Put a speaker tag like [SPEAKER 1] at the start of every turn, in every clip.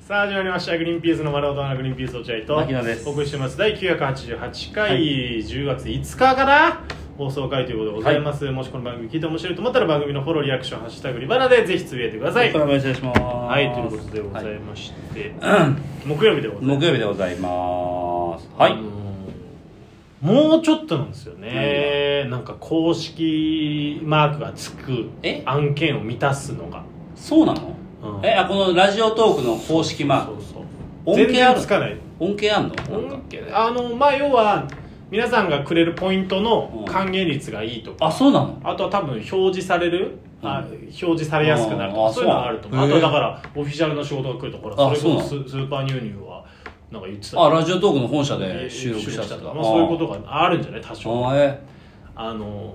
[SPEAKER 1] さあ始まりました「グリーンピースの丸尾と穴グリーンピース落合」と
[SPEAKER 2] 牧野です
[SPEAKER 1] お送りしてます第988回、
[SPEAKER 2] はい
[SPEAKER 1] 10月5日から放送回ということでございます、もしこの番組聞いて面白いと思ったら番組のフォローリアクション「ハッシュタグリバナ」でぜひつぶやいてください
[SPEAKER 2] これお
[SPEAKER 1] は
[SPEAKER 2] 願いします。はい
[SPEAKER 1] ということでございまして、木曜日でございます
[SPEAKER 2] 木曜日でございます。は
[SPEAKER 1] あ
[SPEAKER 2] い
[SPEAKER 1] の。ーもうちょっとなんですよねなんか公式マークがつく
[SPEAKER 2] え
[SPEAKER 1] 案件を満たすのが
[SPEAKER 2] そうなの、
[SPEAKER 1] うん
[SPEAKER 2] え、あ、このラジオトークの公式マー
[SPEAKER 1] そ
[SPEAKER 2] ク
[SPEAKER 1] う。そう
[SPEAKER 2] 恩
[SPEAKER 1] 全
[SPEAKER 2] 恵あ
[SPEAKER 1] 然
[SPEAKER 2] る
[SPEAKER 1] つかない
[SPEAKER 2] 恩恵あんのなん
[SPEAKER 1] 恩
[SPEAKER 2] か。
[SPEAKER 1] 恵あのまあ要は皆さんがくれるポイントの還元率がいいとか、
[SPEAKER 2] あ、そうなの
[SPEAKER 1] あとは多分表示される、あ
[SPEAKER 2] う
[SPEAKER 1] 表示されやすくなると
[SPEAKER 2] あ
[SPEAKER 1] か
[SPEAKER 2] ー
[SPEAKER 1] そういうのはあると思う
[SPEAKER 2] へ
[SPEAKER 1] あ
[SPEAKER 2] ー
[SPEAKER 1] とだからオフィシャルの仕事が来るところそ
[SPEAKER 2] あ
[SPEAKER 1] れこそ
[SPEAKER 2] そ
[SPEAKER 1] ススーパーニューニューはなんか言ってた
[SPEAKER 2] あ、ラジオトークの本社で収録した
[SPEAKER 1] た
[SPEAKER 2] やつだ。
[SPEAKER 1] まあ、そういうことがあるんじゃない多
[SPEAKER 2] とお
[SPEAKER 1] 少
[SPEAKER 2] 前、
[SPEAKER 1] あの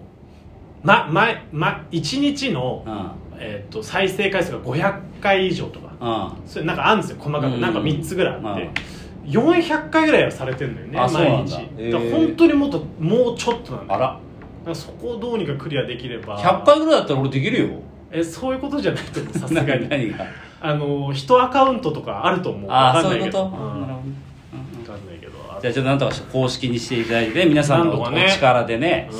[SPEAKER 1] ま前ま1日の
[SPEAKER 2] う、ん。
[SPEAKER 1] えー、と再生回数が500回以上とか
[SPEAKER 2] うん。
[SPEAKER 1] それなんかあるんですよ細かく、
[SPEAKER 2] うん
[SPEAKER 1] なんか3つぐらいあって、400回ぐらいはされてるのよね
[SPEAKER 2] あそうな
[SPEAKER 1] 毎
[SPEAKER 2] んだ
[SPEAKER 1] 日
[SPEAKER 2] へー
[SPEAKER 1] だから本当にもっともうちょっとなんだ
[SPEAKER 2] あ
[SPEAKER 1] よ
[SPEAKER 2] ら。
[SPEAKER 1] だからそこをどうにかクリアできれば
[SPEAKER 2] 100回ぐらいだったら俺できるよ。
[SPEAKER 1] えそういうことじゃないと思うさすが
[SPEAKER 2] 何
[SPEAKER 1] に
[SPEAKER 2] 何が。
[SPEAKER 1] あの人アカウントとかあると思う
[SPEAKER 2] あ
[SPEAKER 1] わ
[SPEAKER 2] ー、
[SPEAKER 1] かん
[SPEAKER 2] そう
[SPEAKER 1] ないいうけ
[SPEAKER 2] こ
[SPEAKER 1] ど
[SPEAKER 2] と。なるほどね
[SPEAKER 1] うんわかんないけどあ
[SPEAKER 2] じゃあちょっとなんとかして公式にしていただいて、皆さんのお,、
[SPEAKER 1] なんとかね
[SPEAKER 2] 力でね、
[SPEAKER 1] う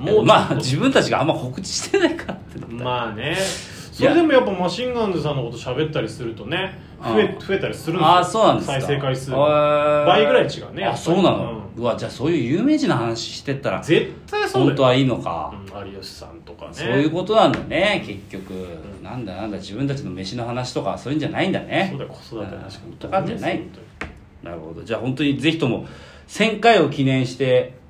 [SPEAKER 1] んもう
[SPEAKER 2] まあ
[SPEAKER 1] ちょっ
[SPEAKER 2] 自分たちがあんま告知してないからって
[SPEAKER 1] とまあねそれでもやっぱマシンガンズさんのこと喋ったりするとね増え
[SPEAKER 2] うん
[SPEAKER 1] 増えたりするんですよ
[SPEAKER 2] ああそうなんですか
[SPEAKER 1] 再生回数倍
[SPEAKER 2] 倍
[SPEAKER 1] ぐらい違うねやっぱり
[SPEAKER 2] あそうなの、
[SPEAKER 1] う
[SPEAKER 2] うわじゃあそういう有名人の話してったら
[SPEAKER 1] 絶対そうだ
[SPEAKER 2] 本
[SPEAKER 1] よ
[SPEAKER 2] 当はいいのか、
[SPEAKER 1] うん有吉さんとかね
[SPEAKER 2] そういうことなんだね結局、なんだなんだ自分たちの飯の話とかそういうんじゃないんだ
[SPEAKER 1] そう
[SPEAKER 2] ね
[SPEAKER 1] だよ子育ての話
[SPEAKER 2] うんとかじゃない
[SPEAKER 1] 本当に
[SPEAKER 2] なるほどじゃあ本当にぜひとも1000回を記念して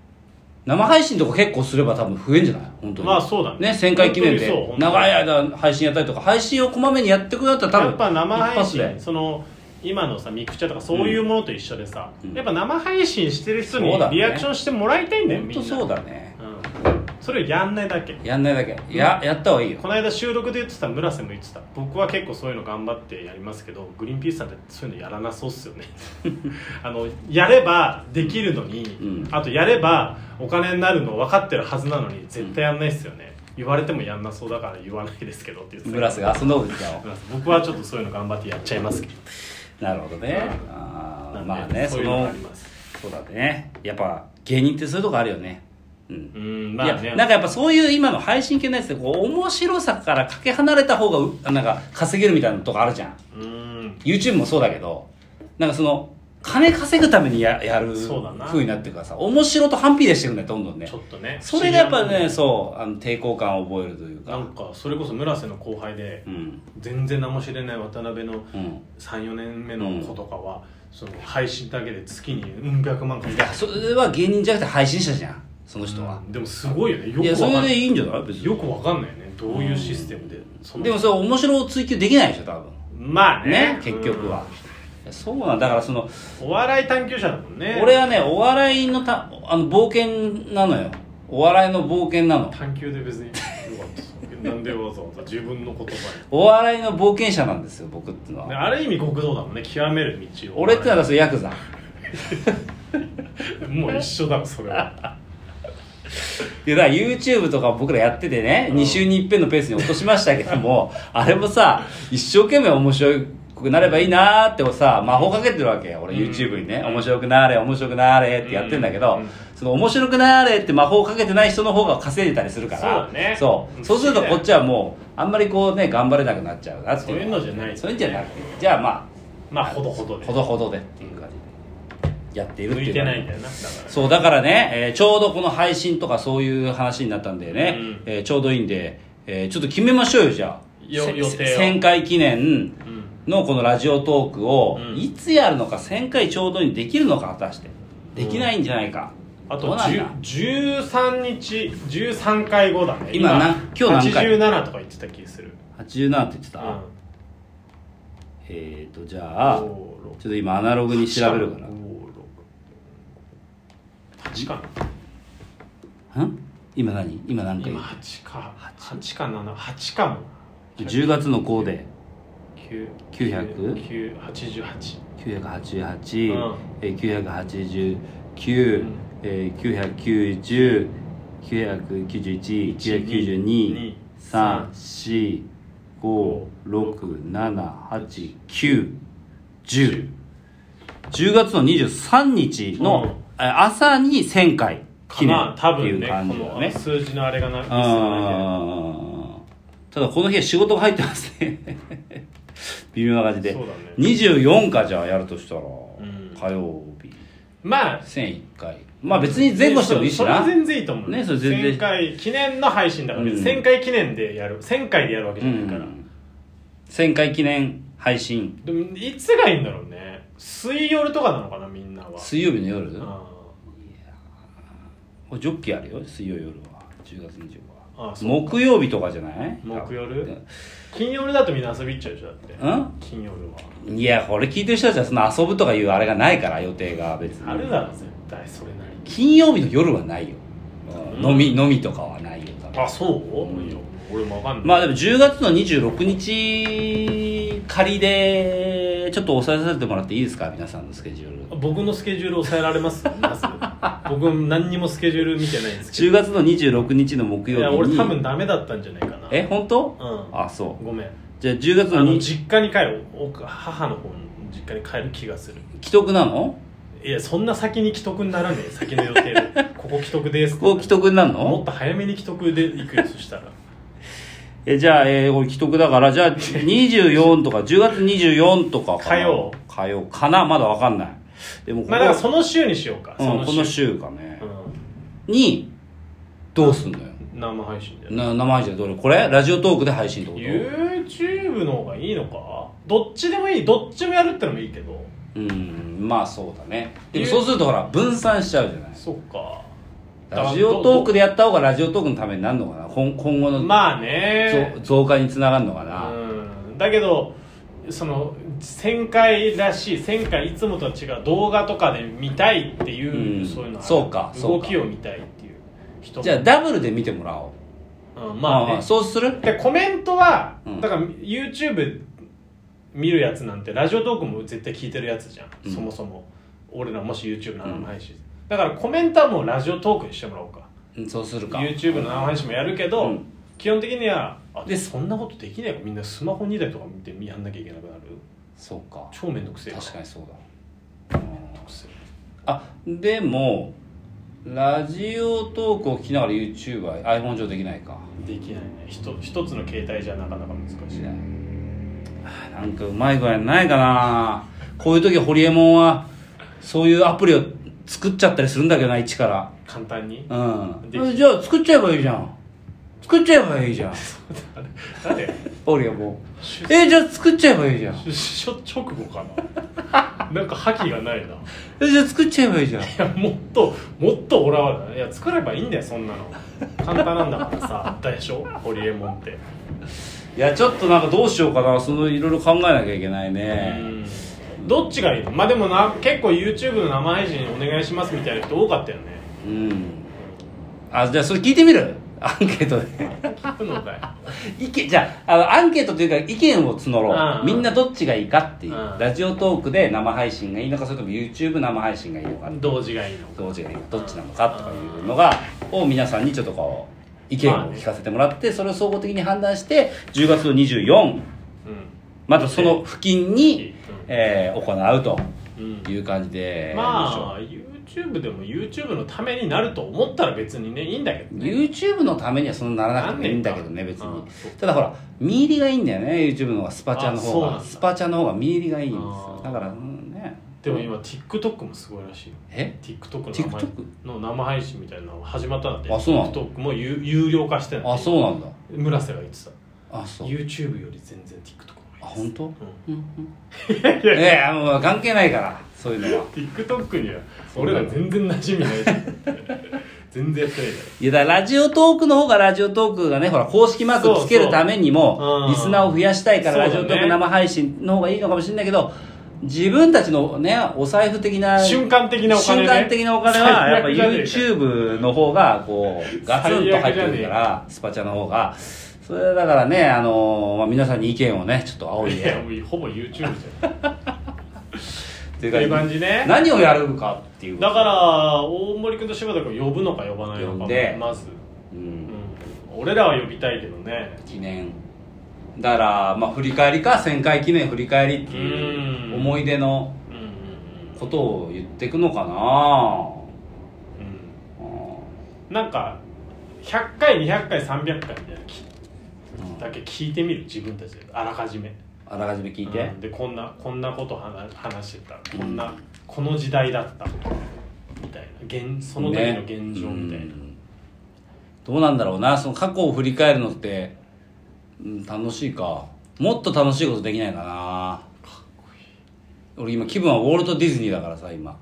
[SPEAKER 2] 生配信とか結構すれば多分増えんじゃない本当に
[SPEAKER 1] まあそうだね
[SPEAKER 2] ね1000回記念で
[SPEAKER 1] 本当にそう本当に
[SPEAKER 2] 長い間配信やったりとか配信をこまめにやってくだったら多分
[SPEAKER 1] やっぱ生配
[SPEAKER 2] 一発
[SPEAKER 1] 信
[SPEAKER 2] で
[SPEAKER 1] その今のさミクチャとかそういうものと一緒でさ、
[SPEAKER 2] うん
[SPEAKER 1] やっぱ生配信してる人に
[SPEAKER 2] そうだね
[SPEAKER 1] リアクションしてもらいたいんだよ、
[SPEAKER 2] 本
[SPEAKER 1] みん
[SPEAKER 2] 当
[SPEAKER 1] な
[SPEAKER 2] そうだね
[SPEAKER 1] うん、それをやんないだけ
[SPEAKER 2] やんないだけややった方がいいよ
[SPEAKER 1] この間収録で言ってた村瀬も言ってた僕は結構そういうの頑張ってやりますけどグリーンピースさんってそういうのやらなそうっ すよねあのやればできるのに、
[SPEAKER 2] うん
[SPEAKER 1] あとやればお金になるの分かってるはずなのに絶対やんないっすよね、言われてもやんなそうだから言わないですけどって言ってた
[SPEAKER 2] 村瀬が遊んだことですよ
[SPEAKER 1] 村瀬僕はちょっとそういうの頑張ってやっちゃいますけど
[SPEAKER 2] なるほどね
[SPEAKER 1] うん
[SPEAKER 2] あ
[SPEAKER 1] な
[SPEAKER 2] ー
[SPEAKER 1] んで
[SPEAKER 2] まあね
[SPEAKER 1] そ
[SPEAKER 2] そう
[SPEAKER 1] いうの
[SPEAKER 2] の
[SPEAKER 1] があります
[SPEAKER 2] そうだねやっぱ芸人ってそういうとこあるよねうん
[SPEAKER 1] うん
[SPEAKER 2] い
[SPEAKER 1] まあ
[SPEAKER 2] や
[SPEAKER 1] ね
[SPEAKER 2] なんかやっぱそういう今の配信系のやつでこう面白さからかけ離れた方がうなんか稼げるみたいなとこあるじゃん
[SPEAKER 1] うーん
[SPEAKER 2] YouTube もそうだけどなんかその金稼ぐためにややる
[SPEAKER 1] そうだな
[SPEAKER 2] 風になってるからさ面白と反比例してるんだよどんどんね
[SPEAKER 1] ちょっとね
[SPEAKER 2] それがやっぱ
[SPEAKER 1] 不思議
[SPEAKER 2] ねそうあの抵抗感を覚えるという
[SPEAKER 1] なな
[SPEAKER 2] か
[SPEAKER 1] んかそれこそ村瀬の後輩で
[SPEAKER 2] うん
[SPEAKER 1] 全然名も知れない渡辺の
[SPEAKER 2] うん
[SPEAKER 1] 34年目の子とかは、その配信だけで月にうん百万回
[SPEAKER 2] いやそれは芸人じゃなくて配信者じゃんその人は、
[SPEAKER 1] でもすごいよねよ
[SPEAKER 2] いや
[SPEAKER 1] く
[SPEAKER 2] そ
[SPEAKER 1] わか
[SPEAKER 2] れ
[SPEAKER 1] んな
[SPEAKER 2] で
[SPEAKER 1] い
[SPEAKER 2] いいんじゃない別に
[SPEAKER 1] よくわかんないよねどういうシステムでその
[SPEAKER 2] でもそれ面白を追求できないでしょ多分
[SPEAKER 1] まあね
[SPEAKER 2] ね結局は、そうなんだからその、
[SPEAKER 1] うんお笑い探求者だもんね
[SPEAKER 2] 俺はねお笑いのたあの冒険なのよお笑いの冒険なの
[SPEAKER 1] 探求で別によかったっすなんでわざわざ自分の言葉に
[SPEAKER 2] お笑いの冒険者なんですよ僕ってのは、
[SPEAKER 1] ねある意味極道だもんね極める道を
[SPEAKER 2] 俺ってのはそれヤクザ
[SPEAKER 1] もう一緒だそれは
[SPEAKER 2] いやだから YouTube とか僕らやっててね、
[SPEAKER 1] うん
[SPEAKER 2] 2週に一遍のペースに落としましたけども あれもさ一生懸命面白くなればいいなーってさ魔法かけてるわけよ俺
[SPEAKER 1] うん
[SPEAKER 2] YouTube にね、面白くなーれ面白くなーれってやってんだけど、
[SPEAKER 1] うんうん
[SPEAKER 2] その面白くなーれって魔法かけてない人の方が稼いでたりするから
[SPEAKER 1] そうだね
[SPEAKER 2] そうそうするとこっちはもうあんまりこうね頑張れなくなっちゃうなっていう
[SPEAKER 1] そういうのじゃない
[SPEAKER 2] そういうんじゃなくてじゃあま
[SPEAKER 1] まあほどほど
[SPEAKER 2] あ
[SPEAKER 1] で
[SPEAKER 2] ほどほどでっていう感じでやっているって
[SPEAKER 1] 向
[SPEAKER 2] いう
[SPEAKER 1] い
[SPEAKER 2] の
[SPEAKER 1] て
[SPEAKER 2] が
[SPEAKER 1] ないんだよなだから
[SPEAKER 2] そうだからね、えーちょうどこの配信とかそういう話になったんでね、
[SPEAKER 1] うん
[SPEAKER 2] えーちょうどいいんで、えーちょっと決めましょうよじゃあ
[SPEAKER 1] よ
[SPEAKER 2] せ
[SPEAKER 1] 予定を
[SPEAKER 2] せ1000回記念
[SPEAKER 1] うん
[SPEAKER 2] のこのラジオトークを
[SPEAKER 1] うん
[SPEAKER 2] いつやるのか1000回ちょうどにできるのか果たしてできないんじゃないか、
[SPEAKER 1] あ
[SPEAKER 2] ど
[SPEAKER 1] と
[SPEAKER 2] うなんだ
[SPEAKER 1] 10 13日13回後だね
[SPEAKER 2] 今な今日何回
[SPEAKER 1] 87とか言ってた気する
[SPEAKER 2] 87って言ってた、
[SPEAKER 1] うん
[SPEAKER 2] えっ、とじゃあちょ
[SPEAKER 1] 五六
[SPEAKER 2] っと今アナログに調べるから
[SPEAKER 1] 五六八かなん
[SPEAKER 2] 今何今何回
[SPEAKER 1] 今八か八か七八かも
[SPEAKER 2] 10月の5で
[SPEAKER 1] 九
[SPEAKER 2] 900
[SPEAKER 1] 九八十八
[SPEAKER 2] 988、
[SPEAKER 1] うん
[SPEAKER 2] えー989、
[SPEAKER 1] うん
[SPEAKER 2] えー、99099919923456789 1010月の23日
[SPEAKER 1] うん
[SPEAKER 2] のえ朝に1000回記念
[SPEAKER 1] まあ多
[SPEAKER 2] ってい
[SPEAKER 1] 分ね
[SPEAKER 2] う感じ
[SPEAKER 1] こ
[SPEAKER 2] の
[SPEAKER 1] の
[SPEAKER 2] ね
[SPEAKER 1] 数字のあれがなミスがな
[SPEAKER 2] あーただこの日は仕事が入ってますね 微妙な感じで、
[SPEAKER 1] そうだね
[SPEAKER 2] 24かじゃあやるとしたら、
[SPEAKER 1] ん
[SPEAKER 2] 火曜日
[SPEAKER 1] まあ
[SPEAKER 2] 1001回まあ別に前後してもいいし
[SPEAKER 1] それ
[SPEAKER 2] な
[SPEAKER 1] は全然いいと思う
[SPEAKER 2] ねそれ全然
[SPEAKER 1] 1000回記念の配信だから、
[SPEAKER 2] うん
[SPEAKER 1] 1000回記念でやる1000回でやるわけじゃないから、
[SPEAKER 2] うん1000回記念配信
[SPEAKER 1] でもいつがいいんだろうね水曜日とかなのかなみんなは
[SPEAKER 2] 水曜日の夜
[SPEAKER 1] あ
[SPEAKER 2] ジョッキーあるよ水曜夜は10月25日
[SPEAKER 1] ああ
[SPEAKER 2] は
[SPEAKER 1] そう
[SPEAKER 2] 木曜日とかじゃない
[SPEAKER 1] 木
[SPEAKER 2] 曜
[SPEAKER 1] 曜日金曜日だとみんな遊び行っちゃうでしょだって
[SPEAKER 2] うん
[SPEAKER 1] 金曜日はい
[SPEAKER 2] やこれ聞いてる人たちはその遊ぶとかいうあれがないから予定が別に
[SPEAKER 1] あるだろ絶対それなりに
[SPEAKER 2] 金曜日の夜はないよ、
[SPEAKER 1] うん
[SPEAKER 2] 飲み飲みとかはないよ多分
[SPEAKER 1] あそう、
[SPEAKER 2] うん
[SPEAKER 1] いいよ俺もわかんない、
[SPEAKER 2] まあでも10月の26日仮でちょっと押さえさせてもらっていいですか皆さんのスケジュール
[SPEAKER 1] 僕のスケジュール抑えら れますまず僕何にもスケジュール見てないんですけ
[SPEAKER 2] 10月の26日の木曜
[SPEAKER 1] どい
[SPEAKER 2] 日
[SPEAKER 1] や
[SPEAKER 2] に
[SPEAKER 1] 俺多分ダメだったんじゃないかな
[SPEAKER 2] え本当、
[SPEAKER 1] うん
[SPEAKER 2] あそう
[SPEAKER 1] ごめん
[SPEAKER 2] じゃあ10月
[SPEAKER 1] あ
[SPEAKER 2] の
[SPEAKER 1] の
[SPEAKER 2] に
[SPEAKER 1] 実家に帰るお奥母の方の実家に帰る気がする
[SPEAKER 2] 既得なの
[SPEAKER 1] いやそんな先に既得にならねえ先の予 定でここ既得です
[SPEAKER 2] ここ既得になるの
[SPEAKER 1] もっと早めに既得で行くよそしたら
[SPEAKER 2] えじゃあ、えー、俺既得だからじ ゃあ24とか10月24とかかな
[SPEAKER 1] 火曜
[SPEAKER 2] 火曜かなまだわかんないでもここ,、
[SPEAKER 1] まあだからその週にしようか、
[SPEAKER 2] うん、この週かね、にどうすんのよ
[SPEAKER 1] うん、生配信で
[SPEAKER 2] な名前じゃどれこれラジオトークで配信ってこと
[SPEAKER 1] YouTube の方がいいのかどっちでもいいどっちもやるってのもいいけど
[SPEAKER 2] うんまあそうだねでも
[SPEAKER 1] ゆ
[SPEAKER 2] そうするとほら分散しちゃうじゃない
[SPEAKER 1] そっか
[SPEAKER 2] ラジオトークでやった方がラジオトークのためになるのかな今今後の、
[SPEAKER 1] まあね
[SPEAKER 2] 増増加につながるのかな、
[SPEAKER 1] うんだけどその1000回らしい1000回いつもとは違う動画とかで見たいっていう、
[SPEAKER 2] うん
[SPEAKER 1] そういうのある
[SPEAKER 2] そうかそう
[SPEAKER 1] 動
[SPEAKER 2] か
[SPEAKER 1] きを見たいっていう人
[SPEAKER 2] じゃあダブルで見てもらおう
[SPEAKER 1] うん、まあね
[SPEAKER 2] そうする
[SPEAKER 1] でコメントは、
[SPEAKER 2] うん
[SPEAKER 1] だから YouTube 見るやつなんてラジオトークも絶対聞いてるやつじゃん、
[SPEAKER 2] うん
[SPEAKER 1] そもそも俺らもし YouTube の生配信、だからコメントはもうラジオトークにしてもらおうか
[SPEAKER 2] うんそうするか
[SPEAKER 1] YouTube の生配信もやるけど、
[SPEAKER 2] うん
[SPEAKER 1] 基本的にはあ
[SPEAKER 2] で
[SPEAKER 1] でそんなことできないかみんなスマホ2台とか見てやんなきゃいけなくなる
[SPEAKER 2] そうか
[SPEAKER 1] 超めんどくせえ
[SPEAKER 2] 確かにそうだうん
[SPEAKER 1] に
[SPEAKER 2] あでもラジオトークを聞きながら YouTube は iPhone 上できないか
[SPEAKER 1] できないねひと一つの携帯じゃなかなか難しい、
[SPEAKER 2] あなんかうまい具合ないかなこういう時ホリエモンはそういうアプリを作っちゃったりするんだけどな一から
[SPEAKER 1] 簡単にで
[SPEAKER 2] うんじゃあ作っちゃえばいいじゃん作っちゃえばいいじゃん
[SPEAKER 1] だって
[SPEAKER 2] ホリエモンえじゃあ作っちゃえばいいじゃん
[SPEAKER 1] 出所直後かななんか覇気がないない
[SPEAKER 2] えじゃあ作っちゃえばいいじゃん
[SPEAKER 1] やもっともっと俺はいや作ればいいんだよそんなの簡単なんだからさあったでしょホリエモンって
[SPEAKER 2] いやちょっとなんかどうしようかなそのいろいろ考えなきゃいけないね
[SPEAKER 1] うんどっちがいいのまあでもな結構 YouTube の生配信お願いしますみたいな人多かったよね
[SPEAKER 2] うん、あじゃあそれ聞いてみるアンケートで
[SPEAKER 1] 聞くのかい
[SPEAKER 2] 意見じゃああのアンケートというか意見を募ろう、
[SPEAKER 1] うん
[SPEAKER 2] みんなどっちがいいかっていう、
[SPEAKER 1] うん
[SPEAKER 2] ラジオトークで生配信がいいのかそれとも YouTube 生配信がいいのか
[SPEAKER 1] 同時がいいのか
[SPEAKER 2] どっちがいいのかどっちなのかとかいうのがを皆さんにちょっとこう意見を聞かせてもらってそれを総合的に判断して10月の24
[SPEAKER 1] う
[SPEAKER 2] またその付近に、
[SPEAKER 1] うん
[SPEAKER 2] えー行うと
[SPEAKER 1] ん、うん、
[SPEAKER 2] いう感じで
[SPEAKER 1] まあ YouTube でも YouTube のためになると思ったら別にねいいんだけどね
[SPEAKER 2] YouTube のためにはそんなならなくてもいいんだけどね
[SPEAKER 1] なんで
[SPEAKER 2] 別に
[SPEAKER 1] あそう
[SPEAKER 2] ただほら見入りがいいんだよね YouTube の方がスパチャの方
[SPEAKER 1] あそうな
[SPEAKER 2] が
[SPEAKER 1] んだ
[SPEAKER 2] スパチャの方が見入りがいいんですよ
[SPEAKER 1] あ
[SPEAKER 2] だ
[SPEAKER 1] ー
[SPEAKER 2] から、うん、ね
[SPEAKER 1] でも今 TikTok もすごいらしいよ
[SPEAKER 2] え
[SPEAKER 1] TikTok の生配
[SPEAKER 2] TikTok？
[SPEAKER 1] の生配信みたいなのが始まったんだって
[SPEAKER 2] あそうなの
[SPEAKER 1] TikTok も有有料化してんだ
[SPEAKER 2] あ
[SPEAKER 1] って
[SPEAKER 2] そうなんだ
[SPEAKER 1] 村瀬が言ってた
[SPEAKER 2] あそう
[SPEAKER 1] YouTube より全然 TikTok
[SPEAKER 2] あ
[SPEAKER 1] の方がい
[SPEAKER 2] 本
[SPEAKER 1] い
[SPEAKER 2] 当
[SPEAKER 1] う
[SPEAKER 2] うんうんええもう関係ないからそういうのは
[SPEAKER 1] です、TikTok には俺ら全然馴染みないじゃん全然やってないか
[SPEAKER 2] いやだからラジオトークの方がラジオトークがねほら公式マークつけるために
[SPEAKER 1] そう
[SPEAKER 2] も
[SPEAKER 1] そう
[SPEAKER 2] リスナーを増やしたいからラ
[SPEAKER 1] そう
[SPEAKER 2] ジ
[SPEAKER 1] だ
[SPEAKER 2] オト
[SPEAKER 1] ね
[SPEAKER 2] ーク生配信の方がいいのかもしれないけど自分たちのねお財布的な
[SPEAKER 1] ら瞬間的なお金、ね、
[SPEAKER 2] 瞬間的なお金はやっぱ
[SPEAKER 1] 最悪じゃねえか
[SPEAKER 2] YouTube の方がこうガツンと入ってくるからスパチャの方がそれはだからねあのーまあ、皆さんに意見をねちょっと仰い
[SPEAKER 1] いや
[SPEAKER 2] で
[SPEAKER 1] もうほぼ YouTube じゃんっ
[SPEAKER 2] って
[SPEAKER 1] ていう
[SPEAKER 2] いうか
[SPEAKER 1] 感じね
[SPEAKER 2] 何をやるかっていう
[SPEAKER 1] だから大森君と柴田君呼ぶのか呼ばないの
[SPEAKER 2] 呼
[SPEAKER 1] か
[SPEAKER 2] んで
[SPEAKER 1] まず、
[SPEAKER 2] う
[SPEAKER 1] うん
[SPEAKER 2] ん、
[SPEAKER 1] 俺らは呼びたいけどね
[SPEAKER 2] 記念だから、まあ、振り返りか1000回記念振り返りっていううん思い出の
[SPEAKER 1] うん
[SPEAKER 2] ことを言ってくのかな
[SPEAKER 1] うんうん
[SPEAKER 2] う
[SPEAKER 1] なんか100回200回300回みたいなき
[SPEAKER 2] ん
[SPEAKER 1] だけ聞いてみる自分たちであらかじめ
[SPEAKER 2] あらかじめ聞いて
[SPEAKER 1] うん、でこんなこんなこと話話してたこんな、この時代だったみたいな現その時の現状みたい
[SPEAKER 2] ねう
[SPEAKER 1] な、
[SPEAKER 2] んどうなんだろうなその過去を振り返るのって、うん、楽しいかもっと楽しいことできないかな俺今気分はウォルト・ディズニーだからさ今、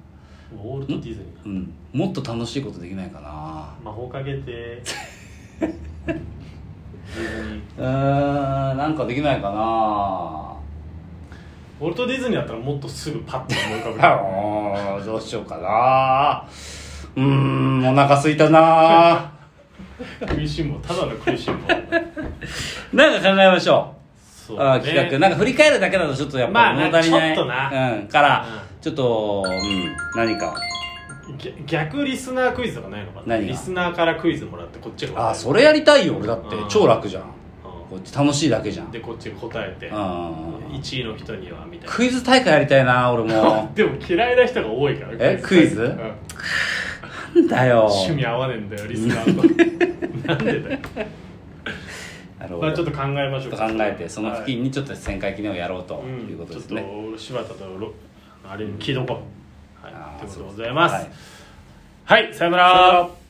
[SPEAKER 1] ウォールト・ディズニーな
[SPEAKER 2] うん、もっと楽しいことできないかな
[SPEAKER 1] 魔法かけて
[SPEAKER 2] う
[SPEAKER 1] ディズニー
[SPEAKER 2] ーんなんかできないかな
[SPEAKER 1] ウォルト・ディズニーだったらもっとすぐパッと思い浮かぶけど
[SPEAKER 2] あーどうしようかなうーんお腹すいたな
[SPEAKER 1] 食いしん坊ただの食いしん坊
[SPEAKER 2] なんか考えましょう
[SPEAKER 1] そ
[SPEAKER 2] あー企画なんか振り返るだけだとちょっとやっ
[SPEAKER 1] ま
[SPEAKER 2] ぱ
[SPEAKER 1] あな
[SPEAKER 2] 物足りない、
[SPEAKER 1] ちょっとな
[SPEAKER 2] うん、から、
[SPEAKER 1] う
[SPEAKER 2] ちょっと、うん、何か
[SPEAKER 1] ぎ逆リスナークイズとかないのかな
[SPEAKER 2] 何が
[SPEAKER 1] リスナーからクイズもらってこっちが答える
[SPEAKER 2] あーそれやりたいよ俺だって
[SPEAKER 1] うん
[SPEAKER 2] 超楽じゃん
[SPEAKER 1] う
[SPEAKER 2] こっち楽しいだけじゃ
[SPEAKER 1] ん
[SPEAKER 2] ん
[SPEAKER 1] でこっちが答えて
[SPEAKER 2] うん
[SPEAKER 1] 1位の人にはみたいな
[SPEAKER 2] クイズ大会やりたいな俺も な
[SPEAKER 1] でも嫌いな人が多いから
[SPEAKER 2] えクイズ
[SPEAKER 1] うん
[SPEAKER 2] んだよ
[SPEAKER 1] 趣味合わねえんだよリスナ ーとなんでだよ
[SPEAKER 2] なるほど
[SPEAKER 1] まあちょっと考えましょ
[SPEAKER 2] ち
[SPEAKER 1] う
[SPEAKER 2] ょっと考えてその付近にちょっと旋回記念をやろうと
[SPEAKER 1] はいうん
[SPEAKER 2] いうことですね、
[SPEAKER 1] ちょっと柴田とロあれに聞いとこうはい
[SPEAKER 2] あー
[SPEAKER 1] ということでございます
[SPEAKER 2] はい
[SPEAKER 1] はいさよな
[SPEAKER 2] さよな
[SPEAKER 1] ら
[SPEAKER 2] ら